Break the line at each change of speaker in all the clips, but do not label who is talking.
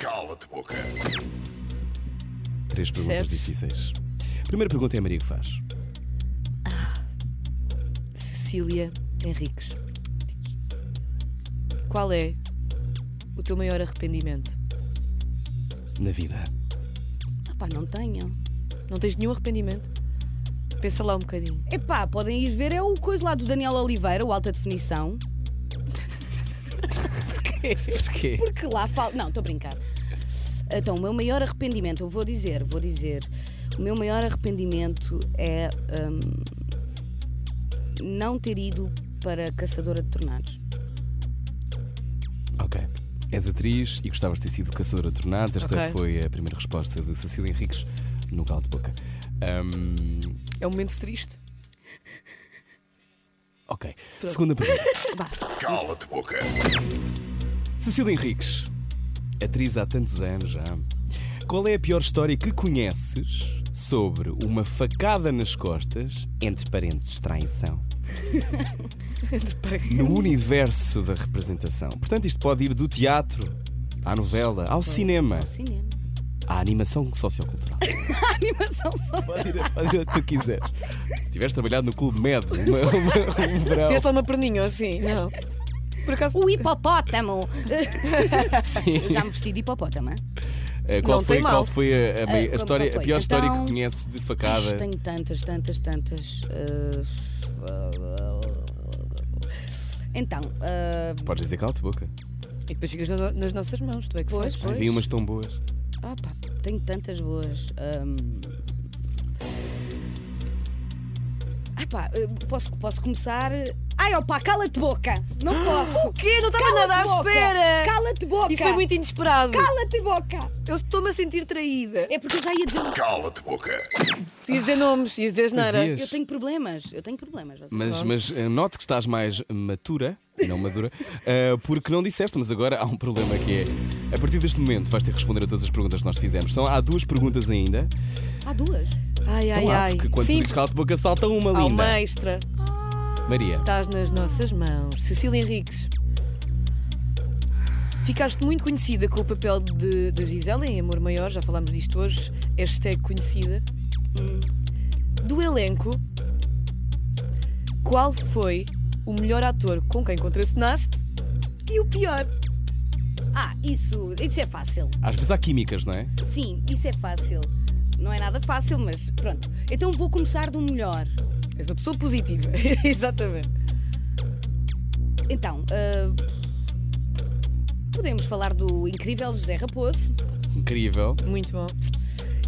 Cala-te boca.
Três perguntas
Percebes?
difíceis. Primeira pergunta é a Maria que faz.
Cecília Henriques. Qual é o teu maior arrependimento?
Na vida.
Ah, pá, não tenho.
Não tens nenhum arrependimento? Pensa lá um bocadinho.
Epá, podem ir ver, é o coisa lá do Daniel Oliveira, o Alta Definição,
Porquê?
porque lá fala. Não, estou a brincar. Então, o meu maior arrependimento, eu vou dizer, vou dizer, o meu maior arrependimento é hum, não ter ido para Caçadora de Tornados.
Ok. És atriz e gostavas de ter sido caçadora de tornados. Esta
Ok.
foi a primeira resposta de Cecília Henriques no Galo de Boca. Ahm,
É um momento triste.
ok. Segunda pergunta.
Cala-te boca.
Cecília Henriques, atriz há tantos anos já. Qual é a pior história que conheces sobre uma facada nas costas, entre parênteses, traição? no universo da representação. Portanto, isto pode ir do teatro à novela, ao cinema,
Ao cinema.
à animação sociocultural.
Animação só.
Pode ir, a- pode ir onde tu quiseres. Se tiveres trabalhado no Clube Med uma, uma- um verão,
Tens lá uma perninha ou assim? Não. Por acaso.
O hipopótamo!
sim.
Eu já me vesti de hipopótamo, hein?
Eh, qual,
Não
foi,
tem
qual
mal. É,
foi a, a- a
como-
história,
qual
a
foi?
pior história que
Então,
conheces de
Ai,
facada?
tenho tantas, tantas, tantas. eh, uh, Então, eh,
Podes dizer cala-te boca.
E depois ficas na- nas nossas mãos, tu é que
Pois,
sabes.
pois.
Vi umas tão boas.
ah pá, tenho tantas boas. ehm. Ai pá, eh, posso, posso começar? Ai opá, cala-te boca! Não posso!
O quê? Não estava nada à
boca!
espera!
Cala-te boca!
Isso foi muito inesperado.
Cala-te boca!
Eu estou-me a sentir traída.
É porque eu já ia dizer.
Cala-te boca.
Ias dizer nomes, ias dizer asneira.
Dizias.
Eu tenho problemas, eu tenho problemas. vocês-
Mas, mas eh, note que estás mais matura, não madura, eh, porque não disseste, mas agora há um problema que é. A partir deste momento vais ter que responder a todas as perguntas que nós te fizemos. São, há duas perguntas ainda.
Há duas.
Ai, ai,
Então há,
ai.
porque quando tu
Sim,
dizes cala-te boca salta uma
há
linda.
uma extra.
Maria,
Estás nas nossas mãos. Cecília Henriques. Ficaste muito conhecida com o papel de, de Gisela em Amor Maior, já falámos disto hoje. Hashtag conhecida.
Hum.
Do elenco, qual foi o melhor ator com quem contracenaste e o pior?
Ah, isso, isso é fácil.
às vezes há químicas, não é?
Sim, isso é fácil. Não é nada fácil, mas pronto. Então vou começar do melhor.
És uma pessoa positiva. Exatamente.
Então, ah, podemos falar do incrível José Raposo.
Incrível.
Muito bom.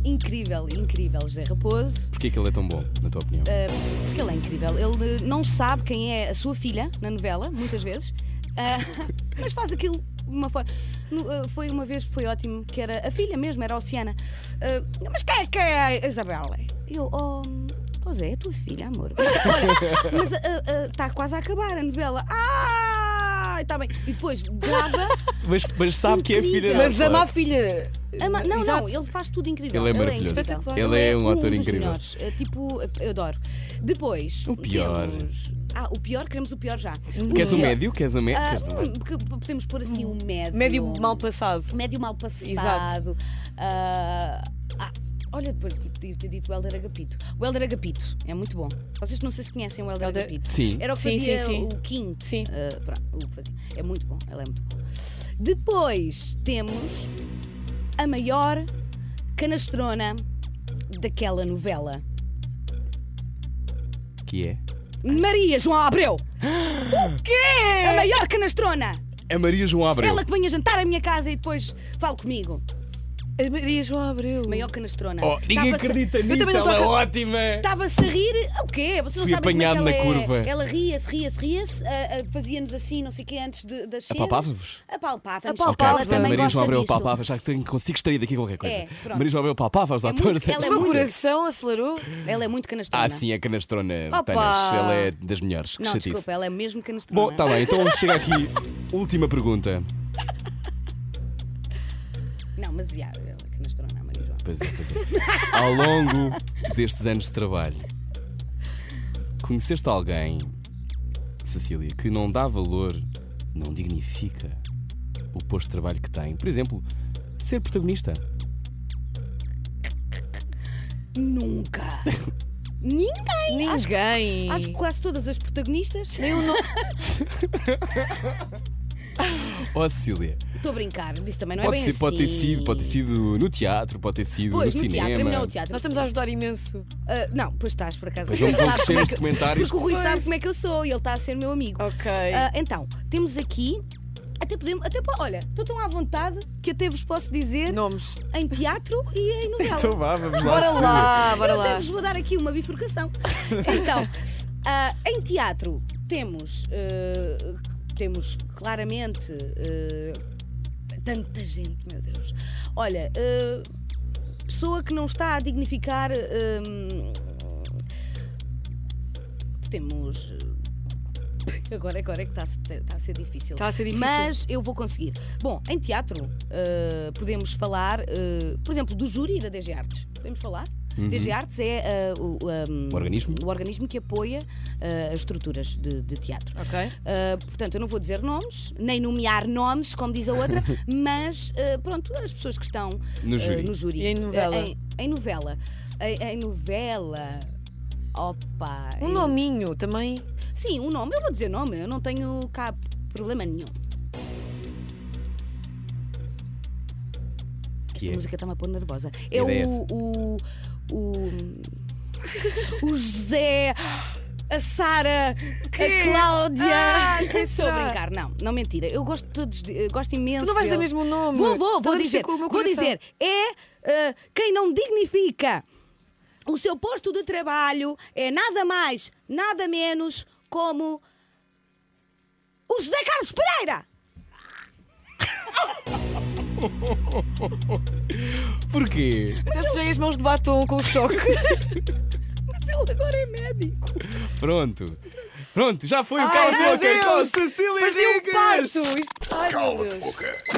Incrível, incrível José Raposo.
Porquê é que ele é tão bom, na tua opinião?
Ah, porque ele é incrível. Ele eh, não sabe quem é a sua filha na novela, muitas vezes. Ah, mas faz aquilo de uma forma. No, ah, foi uma vez, foi ótimo, que era a filha mesmo, era a Oceana. Ah, mas quem é que é a Isabela? E Eu, oh, oh Zé, é a tua filha, amor. Olha, mas está quase a acabar a novela. Ah! Está bem. E depois grava.
Mas, mas sabe que é a filha
incrível.
dela.
Mas ama a filha.
ama- É não,
Exato.
não, ele faz tudo incrível.
Ele é maravilhoso.
espetacular.
Ele é um ator
dos
incrível.
melhores. É, tipo, eu adoro. Depois.
O pior.
temos- Ah, o pior, queremos o pior já.
Queres o
pior.
médio? Queres a médio?
Ah,
Queres o-
hum, porque podemos pôr assim o médio.
Hum. Médio mal passado.
Médio mal passado. Ah, ah, olha, depois de ter dito o Helder Agapito. O Helder Agapito é muito bom. Vocês não sei se conhecem o Helder
Hélder-
Agapito.
Sim.
Era o que
Sim,
fazia
sim, sim.
o King.
Sim.
Ah, pronto, o que fazia. É muito bom, ela é muito bom. Depois temos a maior canastrona daquela novela.
hum.
Que é?
Maria João Abreu! O quê? A maior canastrona!
É Maria João Abreu.
Ela que vem a jantar à minha casa e depois fala comigo.
A Maria João Abreu.
Maior canastrona.
Oh, ninguém
Estava-se-
acredita
Tá, Eu
nisso,
também não Tá,
ela é
estou a-
ótima.
Estava-se a rir, o quê? Vocês não
Fui
sabem como é que
apanhado
ela
na
é.
curva.
Ela ria-se, ria-se, ria-se, ah, ah, fazia-nos assim, não sei o quê, antes de, das cenas.
Apalpava-vos?
Apalpava-nos.
Ok,
Apalpava,
Ela
portanto,
também
Maria
gosta
João Abreu
disto.
palpava, já que tenho, consigo extrair daqui qualquer coisa.
É, pronto.
Maria João Abreu palpava os
muito-
atores.
ela é
O meu
muito-
coração acelerou.
Ela é muito canastrona.
Ah, sim, é canastrona
Opa!
Tanas. Ela é das melhores. Que
Não,
chatice.
desculpa, ela é mesmo canastrona.
Bom, está bem, então chega aqui. Última pergunta.
Não, mas já, ela é canastrona, a Maria João.
Pois é, pois é. Ao longo destes anos de trabalho, conheceste alguém, Cecília, que não dá valor, não dignifica o posto de trabalho que tem? Por exemplo, ser protagonista?
Nunca. Ninguém.
Ninguém.
Acho que quase todas as protagonistas.
Nem o nome.
Ó Cecília,
Estou a brincar, isso também não
pode,
é bem
ser,
assim.
pode ter sido, pode ter sido no teatro, pode ter sido
Pois,
no,
no,
cinema.
teatro, é melhor o teatro.
Nós estamos a ajudar imenso.
Ah, não, pois estás por acaso.
Pois vamos
Sabe
encher
como é
os
que-
comentários.
Porque o Rui
Pois.
sabe como é que eu sou e ele está a ser meu amigo.
Ok.
Ah, então, temos aqui. Até podemos. Até, po- olha, estou tão à vontade que até vos posso dizer
Nomes.
em teatro e em novela.
Então vá, vamos lá.
Bora
assim.
Cecília.
lá, bora
eu até
lá.
vos vou dar aqui uma bifurcação. Então, ah, em teatro temos. ah, temos claramente. ah, tanta gente, meu Deus. Olha, ah, pessoa que não está a dignificar. hum, temos. Agora, agora é que está a, se- está a ser difícil.
Está a ser difícil.
Mas eu vou conseguir. Bom, em teatro ah, podemos falar, ah, por exemplo, do júri da DG Artes. Podemos falar? DG Artes é ah, o, ah,
Uhum. O organismo?
o organismo que apoia ah, as estruturas de, de teatro.
Ok.
Ah, portanto, eu não vou dizer nomes, nem nomear nomes, como diz a outra, mas ah, pronto, as pessoas que estão
No
ah,
júri.
no júri.
E em novela?
Ah, em, em novela. Em, em novela. Opa!
Um
eu-
nominho também.
Sim, o nome, eu vou dizer nome, eu não tenho cá problema nenhum.
Que
Esta
é?
música está-me a pôr nervosa. É
Ideia
o, o. O. O José. A Sara, a Cláudia.
Ah, quem
Estou a
será?
brincar, não, não mentira. Eu gosto de todos, de- eu gosto imenso.
Tu não vais
dele.
dizer mesmo o nome.
Vou, vou,
Estás
vou
a mexer
dizer.
com o meu
Vou
coração.
dizer. É ah, quem não dignifica o seu posto de trabalho é nada mais, nada menos como o José Carlos Pereira.
Porquê?
Até sujei as mãos de batom com o choque.
Mas ele agora é médico.
Pronto. Pronto, já foi o
Ai,
Cala-te
meu
Boca
Deus!
com Cecília
Mas e um
Digas.
parto? Isto... Ai, meu
Cala-te
Deus.
boca.